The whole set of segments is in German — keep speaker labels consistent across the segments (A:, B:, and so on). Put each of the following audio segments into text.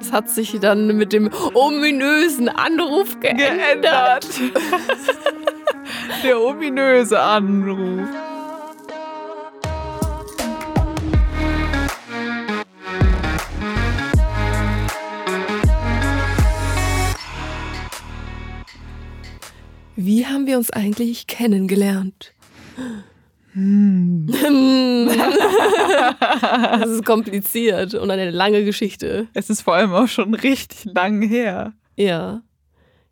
A: Es hat sich dann mit dem ominösen Anruf geändert.
B: Der ominöse Anruf.
A: Wie haben wir uns eigentlich kennengelernt?
B: Hm.
A: Das ist kompliziert und eine lange Geschichte.
B: Es ist vor allem auch schon richtig lang her.
A: Ja.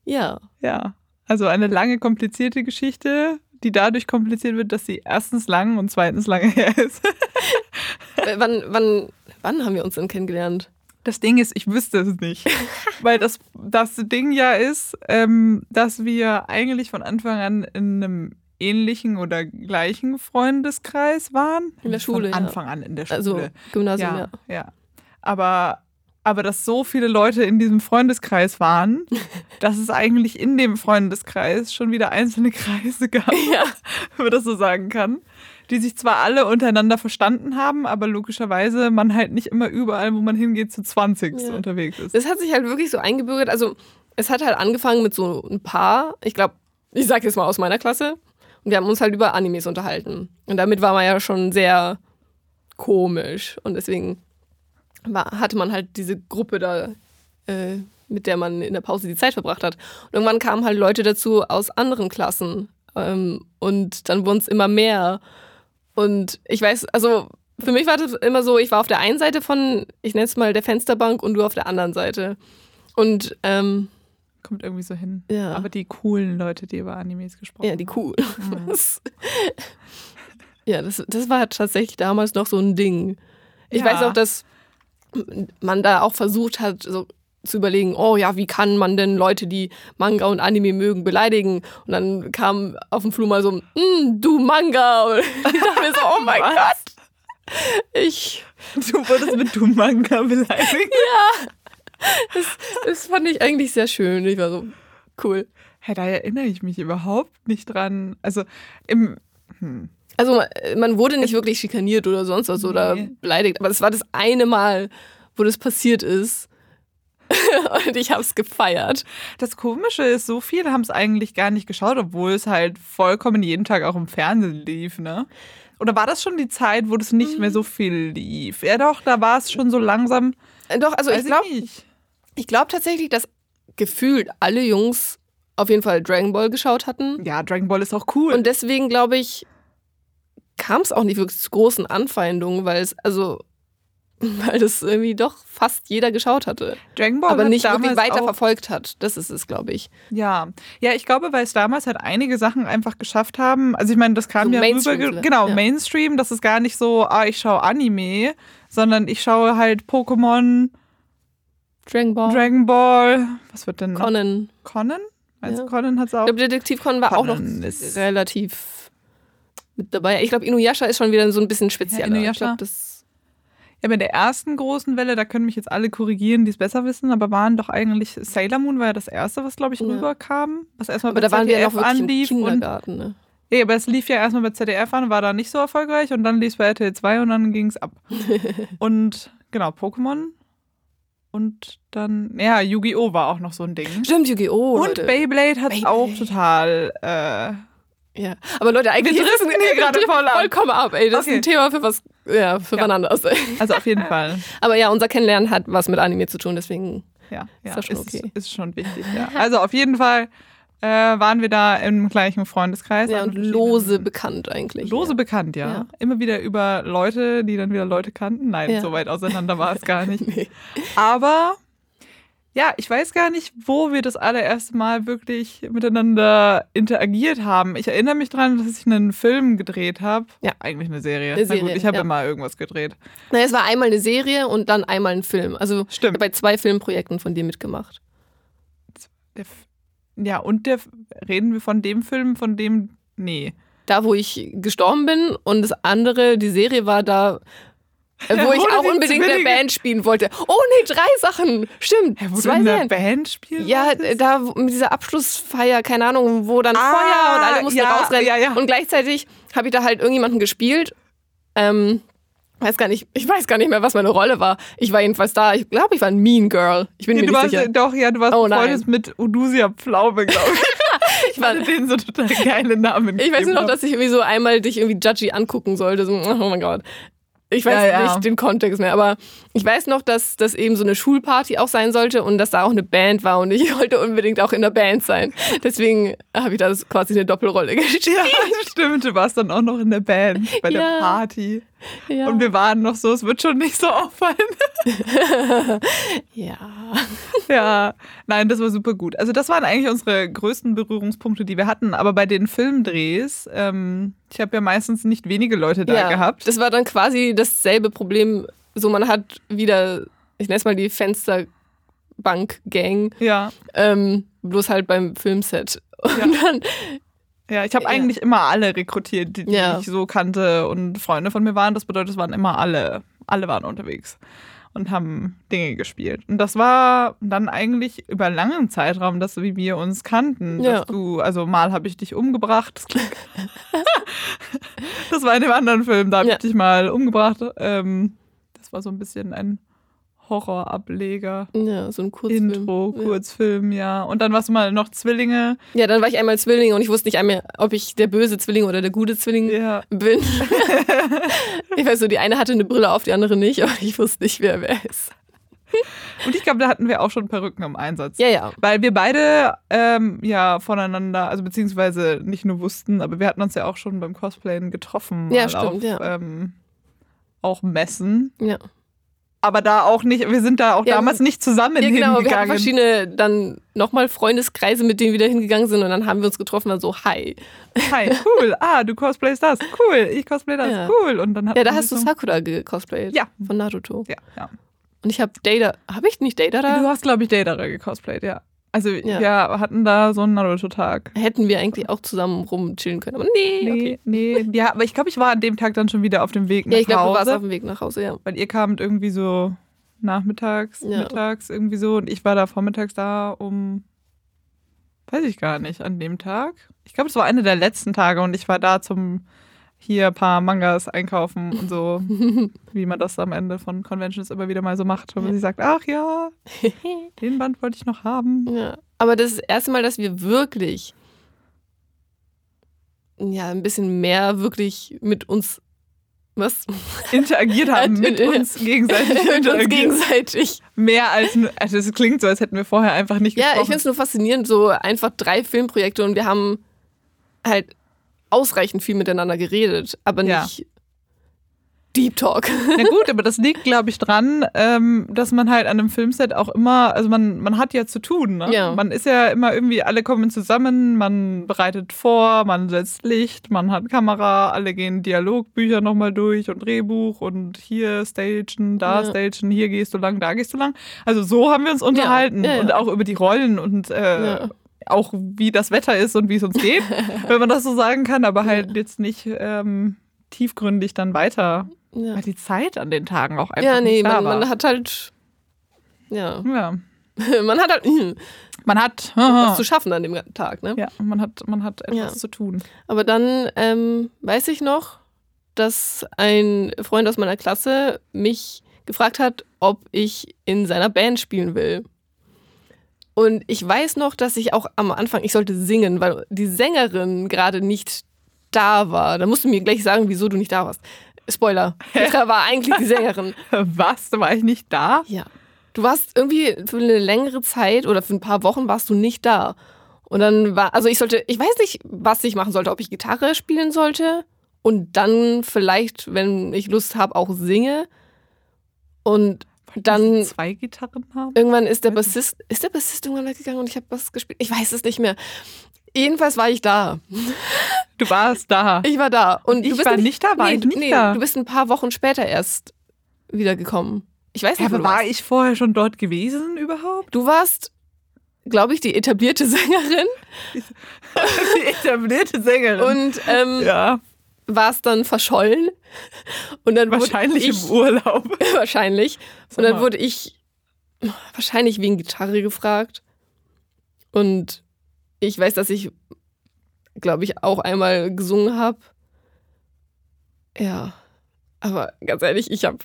A: Ja.
B: Ja. Also eine lange, komplizierte Geschichte, die dadurch kompliziert wird, dass sie erstens lang und zweitens lange her ist.
A: W- Wann, wann, wann haben wir uns denn kennengelernt?
B: Das Ding ist, ich wüsste es nicht. Weil das, das Ding ja ist, ähm, dass wir eigentlich von Anfang an in einem ähnlichen oder gleichen Freundeskreis waren.
A: In der Schule, ja.
B: Von Anfang an in der Schule.
A: Also Gymnasium, ja.
B: ja, ja. Aber, aber dass so viele Leute in diesem Freundeskreis waren, dass es eigentlich in dem Freundeskreis schon wieder einzelne Kreise gab,
A: Ja.
B: wenn man das so sagen kann, die sich zwar alle untereinander verstanden haben, aber logischerweise man halt nicht immer überall, wo man hingeht, zu 20
A: Ja.
B: unterwegs ist.
A: Das hat sich halt wirklich so eingebürgert. Also es hat halt angefangen mit so ein paar, ich glaube, ich sag jetzt mal aus meiner Klasse. Und wir haben uns halt über Animes unterhalten. Und damit war man ja schon sehr komisch. Und deswegen war, hatte man halt diese Gruppe da, äh, mit der man in der Pause die Zeit verbracht hat. Und irgendwann kamen halt Leute dazu aus anderen Klassen. Ähm, und dann wurden es immer mehr. Und ich weiß, also für mich war das immer so, ich war auf der einen Seite von, ich nenne es mal der Fensterbank und du auf der anderen Seite. Und ähm,
B: Kommt irgendwie so hin.
A: Ja.
B: Aber die coolen Leute, die über Animes gesprochen
A: ja, die Kuh.
B: haben. Mhm.
A: Das, ja, das, das war tatsächlich damals noch so ein Ding. Ich
B: Ja.
A: weiß auch, dass man da auch versucht hat, so zu überlegen, oh ja, wie kann man denn Leute, die Manga und Anime mögen, beleidigen? Und dann kam auf dem Flur mal so, "Mm, du Manga. Und ich dachte mir so, oh mein Gott,
B: Was?
A: ich,
B: Du wurdest mit Du Manga beleidigt.
A: das fand ich eigentlich sehr schön. Ich war so, cool.
B: Hey, da erinnere ich mich überhaupt nicht dran. Also im. Hm.
A: Also man- man wurde nicht wirklich schikaniert oder sonst was oder
B: Nee.
A: beleidigt, aber es war das eine Mal, wo das passiert ist. und ich habe es gefeiert.
B: Das Komische ist, so viele haben es eigentlich gar nicht geschaut, obwohl es halt vollkommen jeden Tag auch im Fernsehen lief, ne? Oder war das schon die Zeit, wo das nicht
A: Mhm.
B: mehr so viel lief? Ja, doch, da war es schon so langsam.
A: Äh, Doch, also
B: Weiß
A: ich glaube
B: nicht.
A: ich glaub tatsächlich, dass gefühlt alle Jungs auf jeden Fall Dragon Ball geschaut hatten.
B: Ja, Dragon Ball ist auch cool.
A: Und deswegen glaube ich, kam es auch nicht wirklich zu großen Anfeindungen, weil es, also, weil das irgendwie doch fast jeder geschaut hatte,
B: Dragon Ball
A: aber
B: hat
A: nicht wirklich
B: damals
A: weiter
B: auch-
A: verfolgt hat. Das ist es, glaube ich.
B: Ja. ja, ich glaube, weil es damals halt einige Sachen einfach geschafft haben. Also ich meine, das kam
A: So
B: ja
A: Mainstream
B: rüber,
A: vielleicht,
B: genau,
A: ja.
B: Mainstream, das ist gar nicht so, ah, ich schaue Anime, sondern ich schaue halt Pokémon,
A: Dragon Ball,
B: Dragon Ball, was wird denn noch?
A: Conan.
B: Conan? Meinst
A: Ja.
B: du, Conan hat es
A: Ich
B: auch?
A: glaube, Detektiv Conan war auch noch
B: Conan ist-
A: relativ mit dabei. Ich glaube, Inuyasha ist schon wieder so ein bisschen spezieller.
B: Inuyasha.
A: Ich glaub, das
B: Ja, bei der ersten großen Welle, da können mich jetzt alle korrigieren, die es besser wissen, aber waren doch eigentlich Sailor Moon war ja das erste, was glaube ich
A: Ja.
B: rüberkam, was erstmal
A: aber
B: bei
A: da waren wir ja
B: ZDF
A: noch wirklich im
B: anlief und
A: Kindergarten. Ne?
B: ja, aber es lief ja erstmal bei ZDF an, war da nicht so erfolgreich und dann lief es bei RTL 2 und dann ging es ab. und genau, Pokémon und dann ja, Yu-Gi-Oh war auch noch so ein Ding.
A: Stimmt, Yu-Gi-Oh!
B: Und
A: Leute.
B: Beyblade hat es
A: Beyblade.
B: auch total äh,
A: Ja. Aber Leute, eigentlich
B: Wir
A: ist es-
B: driften hier
A: wir
B: gerade
A: driften
B: voll ab.
A: vollkommen ab. Ey. Das ist
B: Okay.
A: ein Thema für was, ja, für
B: Ja.
A: wann anders. Ey.
B: also auf jeden Fall.
A: Aber ja, unser Kennenlernen hat was mit Anime zu tun, deswegen.
B: Ja, ja,
A: doch schon
B: ist,
A: okay.
B: ist schon wichtig. Ja. Also auf jeden Fall äh, waren wir da im gleichen Freundeskreis.
A: Ja,
B: an
A: und
B: verschiedenen-
A: lose bekannt eigentlich.
B: Lose bekannt, ja.
A: Ja.
B: Immer wieder über Leute, die dann wieder Leute kannten. Nein,
A: Ja.
B: so weit auseinander war es gar nicht.
A: Nee.
B: Aber ja, ich weiß gar nicht, wo wir das allererste Mal wirklich miteinander interagiert haben. Ich erinnere mich daran, dass ich einen Film gedreht habe.
A: Ja.
B: Eigentlich eine Serie.
A: Eine
B: Na
A: Serie,
B: gut, ich habe
A: ja.
B: immer irgendwas gedreht.
A: Naja, es war einmal eine Serie und dann einmal ein Film. Also ich
B: Stimmt.
A: hab bei zwei Filmprojekten von dir mitgemacht.
B: Der F- ja, und der F- reden wir von dem Film, von dem. Nee.
A: da, wo ich gestorben bin und das andere, die Serie war da, äh,
B: Ja,
A: wo ich
B: wo du
A: auch
B: die
A: unbedingt eine
B: Zwillinge-
A: Band spielen wollte. Oh nee, drei Sachen. Stimmt,
B: Ja, wo du
A: zwei
B: in der
A: Serien.
B: Band spielst?
A: Ja, äh, da wo- mit dieser Abschlussfeier, keine Ahnung, wo dann
B: Ah,
A: Feuer und alle mussten
B: ja,
A: rausrennen.
B: ja, ja.
A: Und gleichzeitig habe ich da halt irgendjemanden gespielt. Ähm, weiß gar nicht, ich weiß gar nicht mehr, was meine Rolle war. Ich war jedenfalls da. Ich glaube, ich war ein Mean Girl. Ich bin
B: Ja,
A: mir
B: du
A: nicht
B: warst,
A: sicher.
B: doch, ja, du warst
A: Oh,
B: befreundet mit Udusia Pflaume, glaube ich. ich
A: war-
B: hatte denen so total geile Namen
A: Ich weiß
B: gegeben
A: nur noch,
B: hab.
A: dass ich irgendwie so einmal dich irgendwie judgy angucken sollte. So, oh mein Gott. Ich weiß
B: Ja, ja.
A: nicht den Kontext mehr, aber ich weiß noch, dass das eben so eine Schulparty auch sein sollte und dass da auch eine Band war und ich wollte unbedingt auch in der Band sein. Deswegen habe ich da so quasi eine Doppelrolle gespielt.
B: Ja, stimmt, du warst dann auch noch in der Band bei
A: Ja.
B: der Party.
A: Ja.
B: Und wir waren noch so, es wird schon nicht so auffallen.
A: ja.
B: ja, nein, das war super gut. Also das waren eigentlich unsere größten Berührungspunkte, die wir hatten. Aber bei den Filmdrehs, ähm, ich habe ja meistens nicht wenige Leute da
A: ja.
B: gehabt.
A: Das war dann quasi dasselbe Problem. So, man hat wieder, ich nenne es mal die Fensterbank-Gang,
B: Ja,
A: ähm, bloß halt beim Filmset. Und dann
B: ja ich habe
A: Ja.
B: eigentlich immer alle rekrutiert, die, die
A: Ja.
B: ich so kannte und Freunde von mir waren. Das bedeutet, es waren immer alle. Alle waren unterwegs und haben Dinge gespielt. Und das war dann eigentlich über einen langen Zeitraum, dass wie wir uns kannten.
A: Ja.
B: Dass du, also mal habe ich dich umgebracht. Das, klingt- das war in dem anderen Film, da habe
A: Ja.
B: ich dich mal umgebracht. Ähm, das war so ein bisschen ein Horrorableger.
A: Ja, so ein Kurzfilm.
B: Intro,
A: Ja.
B: Kurzfilm, ja. Und dann warst du mal noch Zwillinge.
A: Ja, dann war ich einmal Zwilling und ich wusste nicht einmal, ob ich der böse Zwilling oder der gute Zwilling
B: Ja.
A: bin. ich weiß so, die eine hatte eine Brille auf, die andere nicht, aber ich wusste nicht, wer wer ist.
B: Und ich glaube, da hatten wir auch schon Perücken im Einsatz.
A: Ja, ja.
B: Weil wir beide ähm, ja voneinander, also beziehungsweise nicht nur wussten, aber wir hatten uns ja auch schon beim Cosplayen getroffen.
A: Ja,
B: mal
A: stimmt,
B: auf,
A: ja.
B: Ähm, auch Messen.
A: Ja,
B: Aber da auch nicht, wir sind da auch
A: Ja,
B: damals nicht zusammen
A: ja genau. Wir hatten
B: hingegangen.
A: verschiedene dann nochmal Freundeskreise, mit denen wir da hingegangen sind und dann haben wir uns getroffen, dann so, hi.
B: Hi, cool. Ah, du cosplayst das. Cool. Ich cosplay das.
A: Ja.
B: Cool. Und dann hat
A: Ja, da
B: man
A: hast halt du
B: sich so-
A: Sakura gecosplayt.
B: Ja.
A: Von Naruto.
B: Ja, ja.
A: Und ich habe Data, habe ich nicht Data
B: Du
A: da?
B: hast, glaube ich, Daedara gecosplayt, ja. Also
A: Ja.
B: wir hatten da so einen Naruto-Tag.
A: Hätten wir eigentlich auch zusammen rumchillen können, aber nee.
B: Nee,
A: okay.
B: nee. Ja, aber ich glaube, ich war an dem Tag dann schon wieder auf dem Weg nach
A: Ja, ich glaube, du
B: Hause.
A: warst auf dem Weg nach Hause, ja.
B: weil ihr kamt irgendwie so nachmittags,
A: Ja.
B: mittags irgendwie so und ich war da vormittags da um, weiß ich gar nicht, an dem Tag. Ich glaube, es war einer der letzten Tage und ich war da zum hier ein paar Mangas einkaufen und so, wie man das am Ende von Conventions immer wieder mal so macht, wenn man sich sagt, ach ja, den Band wollte ich noch haben.
A: Ja, aber das, ist das erste Mal, dass wir wirklich ja, ein bisschen mehr wirklich mit uns was
B: Interagiert haben, mit uns gegenseitig
A: mit uns
B: interagiert.
A: gegenseitig.
B: Mehr als, nur- also es klingt so, als hätten wir vorher einfach nicht
A: Ja, ich
B: gesprochen.
A: finde es nur faszinierend, so einfach drei Filmprojekte und wir haben halt ausreichend viel miteinander geredet, aber
B: Ja.
A: nicht Deep Talk.
B: Na gut, aber das liegt, glaube ich, dran, ähm, dass man halt an einem Filmset auch immer, also man, man hat ja zu tun. Ne?
A: Ja.
B: Man ist ja immer irgendwie, alle kommen zusammen, man bereitet vor, man setzt Licht, man hat Kamera, alle gehen Dialogbücher nochmal durch und Drehbuch und hier stagen, da
A: Ja.
B: stagen, hier gehst du lang, da gehst du lang. Also so haben wir uns unterhalten
A: ja, ja.
B: und auch über die Rollen und äh,
A: Ja.
B: auch wie das Wetter ist und wie es uns geht, wenn man das so sagen kann, aber halt jetzt nicht ähm, tiefgründig dann weiter
A: Ja,
B: weil die Zeit an den Tagen auch Halt einfach
A: ja nee,
B: nicht da
A: man, man
B: war.
A: hat halt ja,
B: ja.
A: man hat halt hm,
B: man hat
A: Um was zu schaffen an dem Tag, ne?
B: ja, man hat man hat etwas
A: Ja.
B: zu tun.
A: Aber dann ähm, weiß ich noch, dass ein Freund aus meiner Klasse mich gefragt hat, ob ich in seiner Band spielen will. Und ich weiß noch, dass ich auch am Anfang, ich sollte singen, weil die Sängerin gerade nicht da war. Da musst du mir gleich sagen, wieso du nicht da warst. Spoiler. Petra war eigentlich die Sängerin.
B: Was? Da war ich nicht da?
A: Ja. Du warst irgendwie für eine längere Zeit oder für ein paar Wochen warst du nicht da. Und dann war, also ich sollte, ich weiß nicht, was ich machen sollte, ob ich Gitarre spielen sollte und dann vielleicht, wenn ich Lust habe, auch singe. Und dann
B: zwei Gitarren haben?
A: irgendwann ist der
B: Weiß nicht.
A: Bassist, ist der Bassist irgendwann weggegangen und ich habe Bass gespielt. Ich weiß es nicht mehr. Jedenfalls war ich da.
B: Du warst da.
A: Ich war da. Und
B: Ich
A: du bist
B: war nicht da, war
A: nee,
B: ich
A: du-
B: nicht
A: nee,
B: da.
A: Du bist ein paar Wochen später erst wiedergekommen. Ich weiß
B: Ja,
A: nicht, wo
B: aber
A: du warst.
B: war ich vorher schon dort gewesen überhaupt?
A: Du warst, glaube ich, die etablierte Sängerin
B: Die etablierte Sängerin.
A: und ähm,
B: ja,
A: warst dann verschollen. Und dann
B: wahrscheinlich
A: wurde ich,
B: im Urlaub.
A: Wahrscheinlich. Und
B: Sag
A: dann
B: mal.
A: wurde ich wahrscheinlich wegen Gitarre gefragt. Und ich weiß, dass ich, glaube ich, auch einmal gesungen habe. Ja. Aber ganz ehrlich, ich habe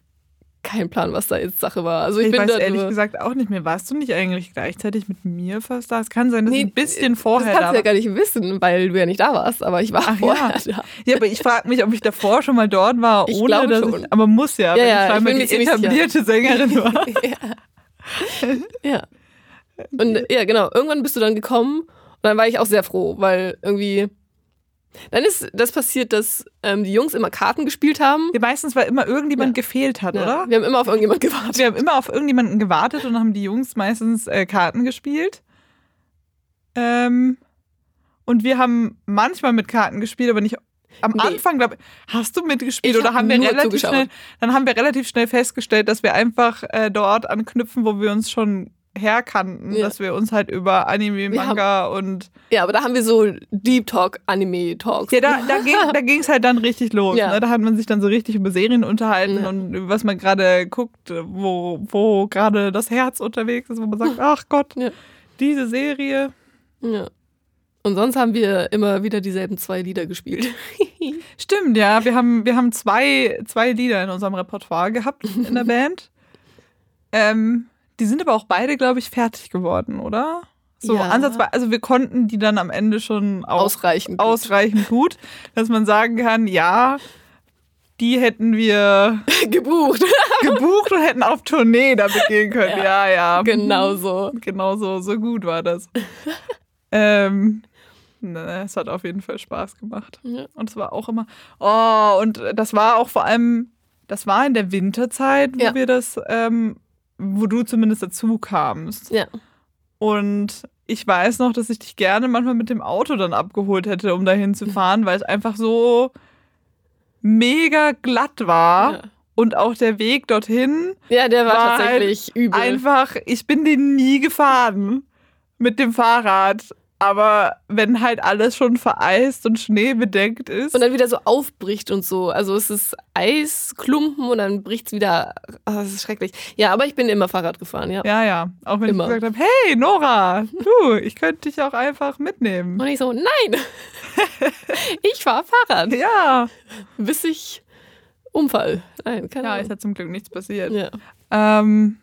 A: keinen Plan, was da jetzt Sache war. Also ich,
B: ich
A: bin
B: weiß
A: da
B: ehrlich
A: nur,
B: gesagt auch nicht mehr. Warst du nicht eigentlich gleichzeitig mit mir fast da? Es kann sein, dass
A: Nee, äh,
B: ich ein bisschen
A: das
B: vorher
A: kannst
B: da
A: du ja
B: war.
A: gar nicht wissen, weil du ja nicht da warst. Aber ich war
B: Ach
A: vorher da.
B: Ja, aber ich frage mich, ob ich davor schon mal dort war,
A: Ich
B: ohne
A: glaube
B: dass
A: schon.
B: ich. Aber muss
A: Ja,
B: ja, weil
A: ja, ich
B: ich scheinbar
A: bin mir
B: die
A: ziemlich sicher.
B: etablierte Sängerin war.
A: Ja. Und äh, ja, genau. Irgendwann bist du dann gekommen und dann war ich auch sehr froh, weil irgendwie. Dann ist das passiert, dass ähm, die Jungs immer Karten gespielt haben.
B: Ja, meistens, weil immer irgendjemand gefehlt hat,
A: Ja,
B: oder?
A: wir haben immer auf irgendjemand gewartet.
B: Wir haben immer auf irgendjemanden gewartet und dann haben die Jungs meistens äh, Karten gespielt. Ähm, und wir haben manchmal mit Karten gespielt, aber nicht am
A: Nee.
B: Anfang, glaube Hast du mitgespielt
A: Ich
B: oder
A: hab
B: haben wir
A: nur
B: relativ
A: zugeschaut.
B: schnell, dann haben wir relativ schnell festgestellt, dass wir einfach äh, dort anknüpfen, wo wir uns schon herkannten,
A: Ja.
B: dass wir uns halt über Anime,
A: Wir haben-
B: Manga und
A: Ja, aber da haben wir so Deep Talk, Anime-Talks.
B: ja, da, da ging da ging's halt dann richtig los.
A: Ja.
B: Ne? Da hat man sich dann so richtig über Serien unterhalten
A: Ja.
B: und über was man gerade guckt, wo, wo gerade das Herz unterwegs ist, wo man sagt, ach Gott,
A: Ja.
B: diese Serie.
A: Ja. Und sonst haben wir immer wieder dieselben zwei Lieder gespielt.
B: Stimmt, ja. Wir haben, wir haben zwei, zwei Lieder in unserem Repertoire gehabt in der Band. Ähm, die sind aber auch beide, glaube ich, fertig geworden, oder? So
A: Ja.
B: ansatzweise, also wir konnten die dann am Ende schon auch
A: Ausreichend. gut.
B: ausreichend gut, dass man sagen kann, ja, die hätten wir
A: gebucht.
B: gebucht und hätten auf Tournee damit gehen können. Ja, ja.
A: genau so.
B: Genau so, so gut war das. ähm, ne, es hat auf jeden Fall Spaß gemacht.
A: Ja.
B: Und es war auch immer. Oh, und das war auch vor allem, das war in der Winterzeit, wo
A: Ja.
B: wir das, ähm, wo du zumindest dazu kamst.
A: Ja.
B: Und ich weiß noch, dass ich dich gerne manchmal mit dem Auto dann abgeholt hätte, um dahin zu fahren, weil es einfach so mega glatt war.
A: Ja.
B: Und auch der Weg dorthin
A: Ja, der war,
B: War
A: tatsächlich übel.
B: einfach, ich bin den nie gefahren mit dem Fahrrad. Aber wenn halt alles schon vereist und schneebedeckt ist.
A: und dann wieder so aufbricht und so. Also es ist Eisklumpen und dann bricht es wieder. Ah, das ist schrecklich. Ja, aber ich bin immer Fahrrad gefahren, ja.
B: ja, ja. Auch wenn
A: Immer.
B: ich gesagt habe, hey Nora, du, ich könnte dich auch einfach mitnehmen.
A: Und ich so, nein, ich fahre Fahrrad,
B: Ja.
A: bis ich umfall. Nein, keine
B: Ja, ist halt
A: Ahnung.
B: ja zum Glück nichts passiert.
A: Ja.
B: Ähm,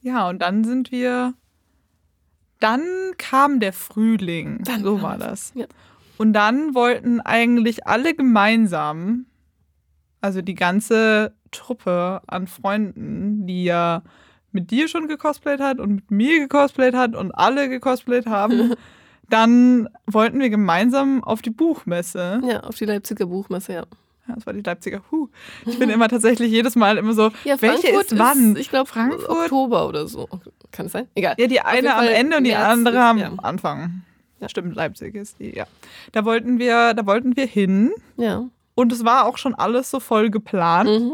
B: ja, und dann sind wir. Dann kam der Frühling.
A: Dann
B: so
A: kam
B: war
A: es.
B: das.
A: Ja.
B: Und dann wollten eigentlich alle gemeinsam, also die ganze Truppe an Freunden, die ja mit dir schon gecosplayt hat und mit mir gecosplayt hat und alle gecosplayt haben, dann wollten wir gemeinsam auf die Buchmesse.
A: ja, auf die Leipziger Buchmesse, ja.
B: Ja, Das war die Leipziger. Huh. Ich bin immer tatsächlich jedes Mal immer so,
A: ja
B: welche
A: Frankfurt
B: ist wann?
A: Ich glaube,
B: Frankfurt?
A: Oktober oder so. Kann es sein? Egal.
B: Ja, die
A: jeden
B: eine am
A: Fall
B: Ende und die
A: März
B: andere
A: ist-
B: am
A: ja.
B: Anfang.
A: Ja.
B: Stimmt, Leipzig ist die, ja. Da wollten wir, da wollten wir hin
A: Ja.
B: und es war auch schon alles so voll geplant,
A: Mhm.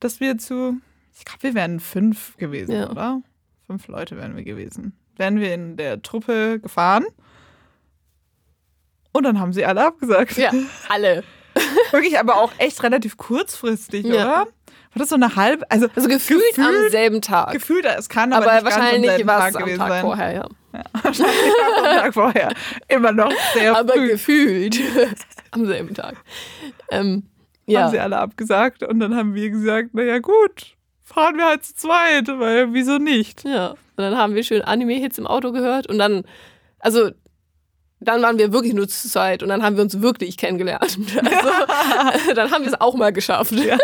B: dass wir zu, ich glaube, wir wären fünf gewesen,
A: Ja.
B: oder? Fünf Leute wären wir gewesen. Wären wir in der Truppe gefahren und dann haben sie alle abgesagt.
A: ja, alle.
B: Wirklich, aber auch echt relativ kurzfristig,
A: Ja.
B: oder? War das so eine halbe, also
A: Also gefühlt, am
B: Gefühlt-
A: selben Tag.
B: gefühlt, es kann aber,
A: aber
B: nicht ganz
A: wahrscheinlich
B: selben
A: war es
B: Tag
A: am
B: gewesen
A: Tag
B: sein.
A: vorher, ja.
B: Wahrscheinlich war es am Tag vorher. Immer noch sehr
A: Aber
B: früh.
A: gefühlt am selben Tag. Ähm,
B: haben sie
A: ja.
B: alle abgesagt und dann haben wir gesagt, naja gut, fahren wir halt zu zweit, weil wieso nicht?
A: ja. Und dann haben wir schön Anime-Hits im Auto gehört und dann, also, dann waren wir wirklich nur zu zweit und dann haben wir uns wirklich kennengelernt. Also, dann haben wir es auch mal geschafft.
B: Ja,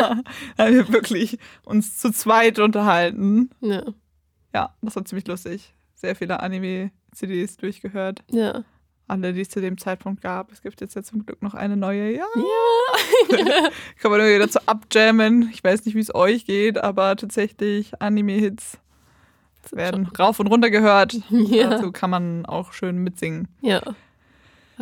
B: haben wir wirklich uns zu zweit unterhalten.
A: Ja.
B: Ja, das war ziemlich lustig. Sehr viele Anime-CDs durchgehört.
A: ja.
B: Alle, die es zu dem Zeitpunkt gab. Es gibt jetzt ja zum Glück noch eine neue. Ja. Kann man immer wieder zu abjammen. Ich weiß nicht, wie es euch geht, aber tatsächlich Anime-Hits werden rauf und runter gehört.
A: Ja.
B: Dazu kann man auch schön mitsingen.
A: Ja. Ah,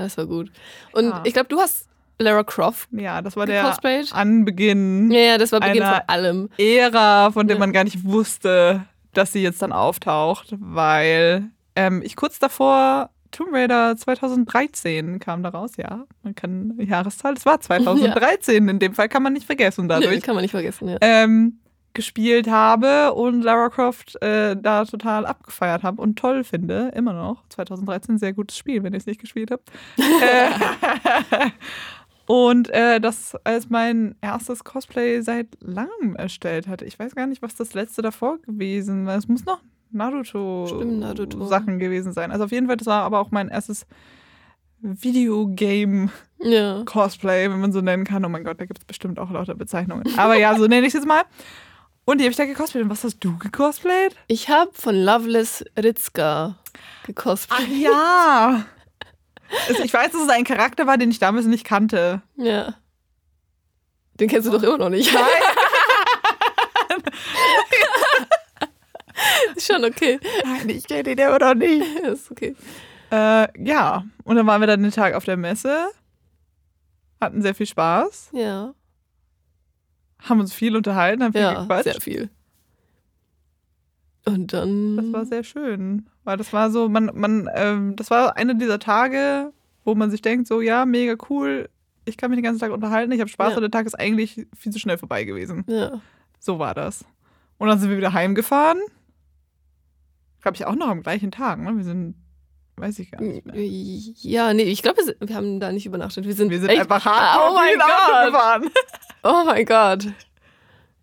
A: Das war gut. Und
B: Ja.
A: ich glaube, du hast Lara Croft
B: Ja, das war der
A: gecosplayt.
B: Anbeginn
A: Ja, ja, das war Beginn
B: Einer-
A: von allem.
B: Ära, von der
A: Ja.
B: man gar nicht wusste, dass sie jetzt dann auftaucht, weil ähm, ich kurz davor Tomb Raider 2013 kam da raus, ja. Man kann Jahreszahl, es war 2013, in dem Fall kann man nicht vergessen
A: Nö,
B: dadurch.
A: kann man nicht vergessen, ja.
B: Ähm, gespielt habe und Lara Croft äh, da total abgefeiert habe und toll finde, immer noch. 2013 sehr gutes Spiel, wenn ihr es nicht gespielt habt. äh, Und äh, das als mein erstes Cosplay seit langem erstellt hatte. Ich weiß gar nicht, was das letzte davor gewesen war. Es muss noch
A: Stimmt, Naruto.
B: Naruto-Sachen gewesen sein. Also auf jeden Fall, das war aber auch mein erstes Videogame.
A: Ja.
B: Cosplay, wenn man so nennen kann. Oh mein Gott, da gibt es bestimmt auch lauter Bezeichnungen. Aber ja, so nenne ich es mal. Und die habe ich da gecosplayt. Und was hast du gecosplayt?
A: Ich habe von Loveless Ritzka gecosplayt.
B: ja. Also ich weiß, dass es ein Charakter war, den ich damals nicht kannte.
A: Ja. Den kennst du doch immer noch nicht. Ist schon okay.
B: Nein, ich kenne den aber noch nicht.
A: Ist okay.
B: Äh, ja. Und dann waren wir dann den Tag auf der Messe. Hatten sehr viel Spaß.
A: Ja.
B: Haben uns viel unterhalten, haben viel
A: Ja, sehr
B: gequatscht.
A: viel. Und dann.
B: Das war sehr schön, weil das war so, man, man, ähm, das war einer dieser Tage, wo man sich denkt, so ja, mega cool, ich kann mich den ganzen Tag unterhalten, ich habe Spaß,
A: Ja.
B: und der Tag ist eigentlich viel zu schnell vorbei gewesen.
A: Ja.
B: So war das. Und dann sind wir wieder heimgefahren. Glaube ich auch noch am gleichen Tag, ne? Wir sind, weiß ich gar nicht mehr.
A: Ja, nee, ich glaube, wir sind- wir haben da nicht übernachtet. Wir sind,
B: Wir sind
A: echt,
B: einfach hart
A: Oh mein Gott.
B: gefahren.
A: Oh mein Gott.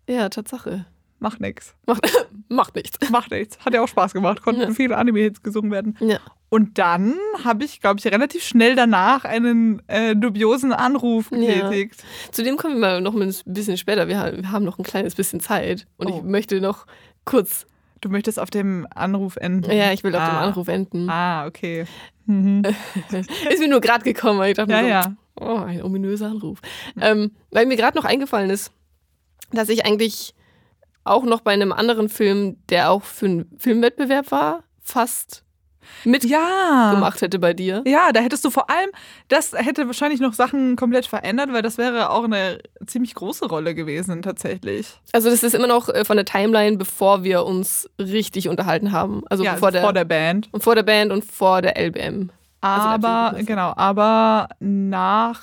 A: Ja, Tatsache.
B: Macht nix.
A: Macht, macht nichts.
B: Macht nichts. Hat ja auch Spaß gemacht. Konnten
A: Ja.
B: viele Anime-Hits gesungen werden.
A: Ja.
B: Und dann habe ich, glaube ich, relativ schnell danach einen äh, dubiosen Anruf
A: Ja.
B: getätigt.
A: Zu dem kommen wir mal noch ein bisschen später. Wir haben, wir haben noch ein kleines bisschen Zeit. Und
B: Oh.
A: ich möchte noch kurz.
B: Du möchtest auf dem Anruf enden.
A: Ja, ich will auf dem
B: Ah.
A: Anruf enden.
B: Ah, okay. Mhm.
A: Ist mir nur gerade gekommen, weil ich dachte,
B: Ja,
A: so,
B: ja.
A: Oh, ein ominöser Anruf. Ähm, weil mir gerade noch eingefallen ist, dass ich eigentlich auch noch bei einem anderen Film, der auch für einen Filmwettbewerb war, fast mitgemacht
B: Ja.
A: hätte bei dir.
B: Ja, da hättest du vor allem, das hätte wahrscheinlich noch Sachen komplett verändert, weil das wäre auch eine ziemlich große Rolle gewesen, tatsächlich.
A: Also das ist immer noch äh, von der Timeline, bevor wir uns richtig unterhalten haben. Also
B: ja,
A: vor, der,
B: vor der Band.
A: und vor der Band und vor der LBM. Also der
B: Aber,
A: Filmklasse.
B: genau, aber nach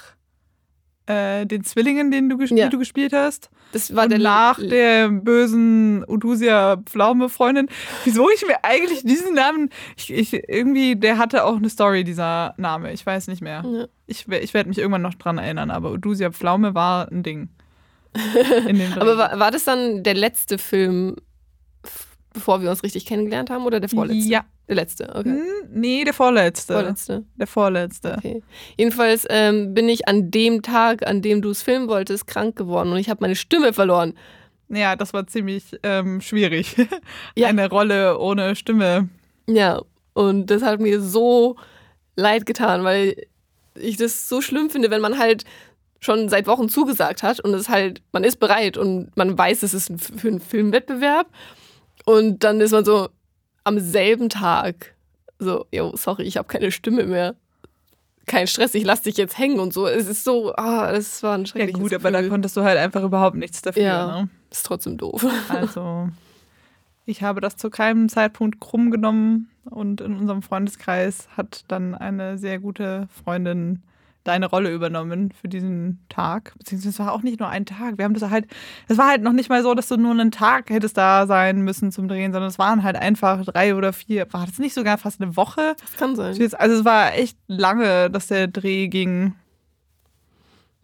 B: äh, den Zwillingen, den du, ges-
A: Ja.
B: die du gespielt hast,
A: Das war
B: und
A: der
B: nach
A: Le-
B: der bösen Udusia Pflaume Freundin. Wieso ich mir eigentlich diesen Namen ich, ich irgendwie der hatte auch eine Story dieser Name, ich weiß nicht mehr.
A: Ja.
B: Ich, we- ich werde mich irgendwann noch dran erinnern, aber Udusia Pflaume war ein Ding. In dem
A: Aber war, war das dann der letzte Film, f- bevor wir uns richtig kennengelernt haben oder der vorletzte?
B: Ja.
A: Der letzte, okay.
B: Hm, Nee, der vorletzte.
A: Vorletzte.
B: Der vorletzte.
A: Okay. Jedenfalls ähm, bin ich an dem Tag, an dem du es filmen wolltest, krank geworden und ich habe meine Stimme verloren.
B: Ja, das war ziemlich ähm, schwierig.
A: Ja.
B: Eine Rolle ohne Stimme.
A: Ja, und das hat mir so leid getan, weil ich das so schlimm finde, wenn man halt schon seit Wochen zugesagt hat und es halt, man ist bereit und man weiß, es ist ein, für einen Filmwettbewerb und dann ist man so am selben Tag so, yo, sorry, ich habe keine Stimme mehr. Kein Stress, ich lass dich jetzt hängen und so. Es ist so, ah, es war ein
B: Ja
A: schreckliches
B: gut, aber da
A: Gefühl.
B: konntest du halt einfach überhaupt nichts dafür.
A: Ja.
B: Ne?
A: ist trotzdem doof.
B: Also, ich habe das zu keinem Zeitpunkt krumm genommen und in unserem Freundeskreis hat dann eine sehr gute Freundin deine Rolle übernommen für diesen Tag. Beziehungsweise es war auch nicht nur ein Tag. Wir haben das halt, es war halt noch nicht mal so, dass du nur einen Tag hättest da sein müssen zum Drehen, sondern es waren halt einfach drei oder vier, war das nicht sogar fast eine Woche?
A: Das kann sein.
B: Also es war echt lange, dass der Dreh ging.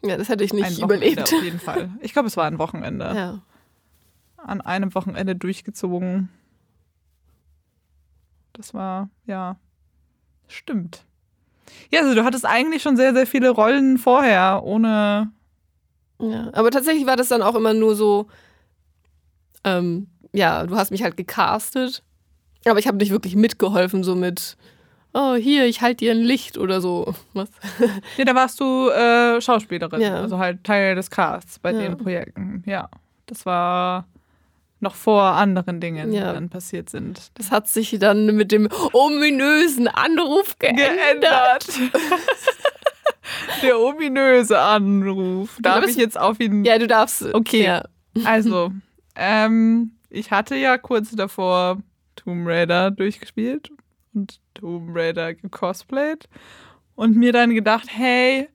A: Ja, das hätte ich nicht
B: Wochenende
A: überlebt.
B: Auf jeden Fall. Ich glaube, es war ein Wochenende.
A: Ja.
B: an einem Wochenende durchgezogen. Das war, ja, stimmt. Ja, also du hattest eigentlich schon sehr, sehr viele Rollen vorher, ohne.
A: ja. Aber tatsächlich war das dann auch immer nur so, ähm, ja, du hast mich halt gecastet, aber ich habe nicht wirklich mitgeholfen, so mit, oh, hier, ich halte dir ein Licht oder so. Was?
B: Ja, da warst du äh, Schauspielerin,
A: Ja.
B: also halt Teil des Casts bei
A: Ja.
B: den Projekten. Ja, das war noch vor anderen Dingen,
A: Ja.
B: die dann passiert sind.
A: Das hat sich dann mit dem ominösen Anruf geändert.
B: Der ominöse Anruf. Darf
A: glaub,
B: ich
A: es-
B: jetzt auf ihn
A: Ja, du darfst.
B: Okay.
A: Ja.
B: Also, ähm, ich hatte ja kurz davor Tomb Raider durchgespielt und Tomb Raider gecosplayt und mir dann gedacht, hey,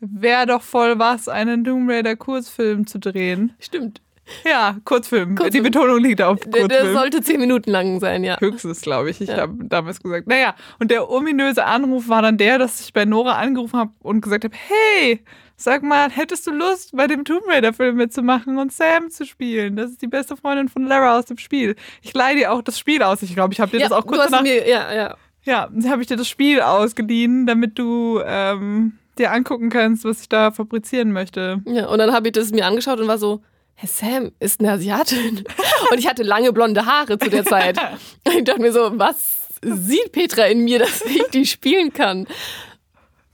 B: wäre doch voll was, einen Tomb Raider Kurzfilm zu drehen.
A: Stimmt.
B: Ja, Kurzfilm.
A: Kurzfilm.
B: Die Betonung liegt auf
A: Der,
B: Kurzfilm.
A: der sollte zehn Minuten lang sein, ja.
B: Höchstes, glaube ich. Ich
A: Ja.
B: habe damals gesagt, naja, und der ominöse Anruf war dann der, dass ich bei Nora angerufen habe und gesagt habe, hey, sag mal, hättest du Lust, bei dem Tomb Raider-Film mitzumachen und Sam zu spielen? Das ist die beste Freundin von Lara aus dem Spiel. Ich leihe dir auch das Spiel aus. Ich glaube, ich habe dir
A: ja,
B: das auch
A: du
B: kurz
A: hast
B: nach...
A: mir, ja, ja.
B: Ja, habe ich dir das Spiel ausgeliehen, damit du ähm, dir angucken kannst, was ich da fabrizieren möchte.
A: ja. Und dann habe ich das mir angeschaut und war so, Herr Sam ist eine Asiatin. und ich hatte lange blonde Haare zu der Zeit. Und ich dachte mir so, was sieht Petra in mir, dass ich die spielen kann?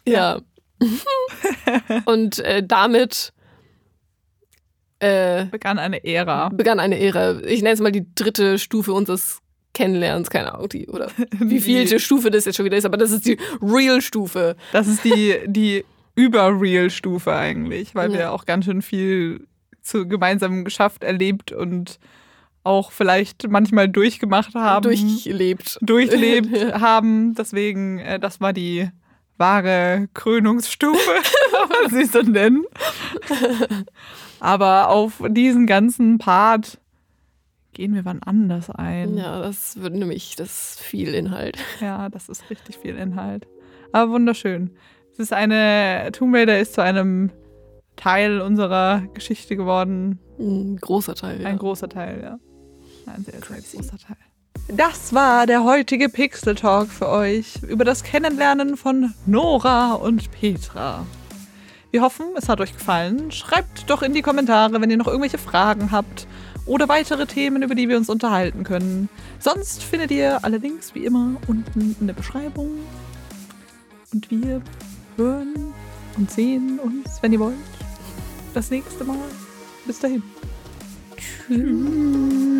A: Ja. und äh, damit äh,
B: Begann eine Ära.
A: begann eine Ära. Ich nenne es mal die dritte Stufe unseres Kennenlernens, keine Ahnung, die, oder wie vielte Stufe das jetzt schon wieder ist, aber das ist die Real-Stufe.
B: Das ist die, die Über-Real-Stufe eigentlich, weil
A: Ja.
B: wir auch ganz schön viel zu gemeinsam geschafft, erlebt und auch vielleicht manchmal durchgemacht haben,
A: Durchlebt.
B: durchlebt haben. Deswegen, äh, das war die wahre Krönungsstufe, wenn man sie so nennen. Aber auf diesen ganzen Part gehen wir wann anders ein.
A: Ja, das wird nämlich das ist viel Inhalt.
B: Ja, das ist richtig viel Inhalt. Aber wunderschön. Es ist eine. Tomb Raider ist zu einem Teil unserer Geschichte geworden.
A: Ein großer Teil.
B: Ein
A: Ja.
B: großer Teil, ja. Ein sehr, sehr großer Teil. Das war der heutige Pixel Talk für euch über das Kennenlernen von Nora und Petra. Wir hoffen, es hat euch gefallen. Schreibt doch in die Kommentare, wenn ihr noch irgendwelche Fragen habt oder weitere Themen, über die wir uns unterhalten können. Sonst findet ihr allerdings wie immer unten in der Beschreibung. Und wir hören und sehen uns, wenn ihr wollt, das nächste Mal. Bis dahin. Tschüss.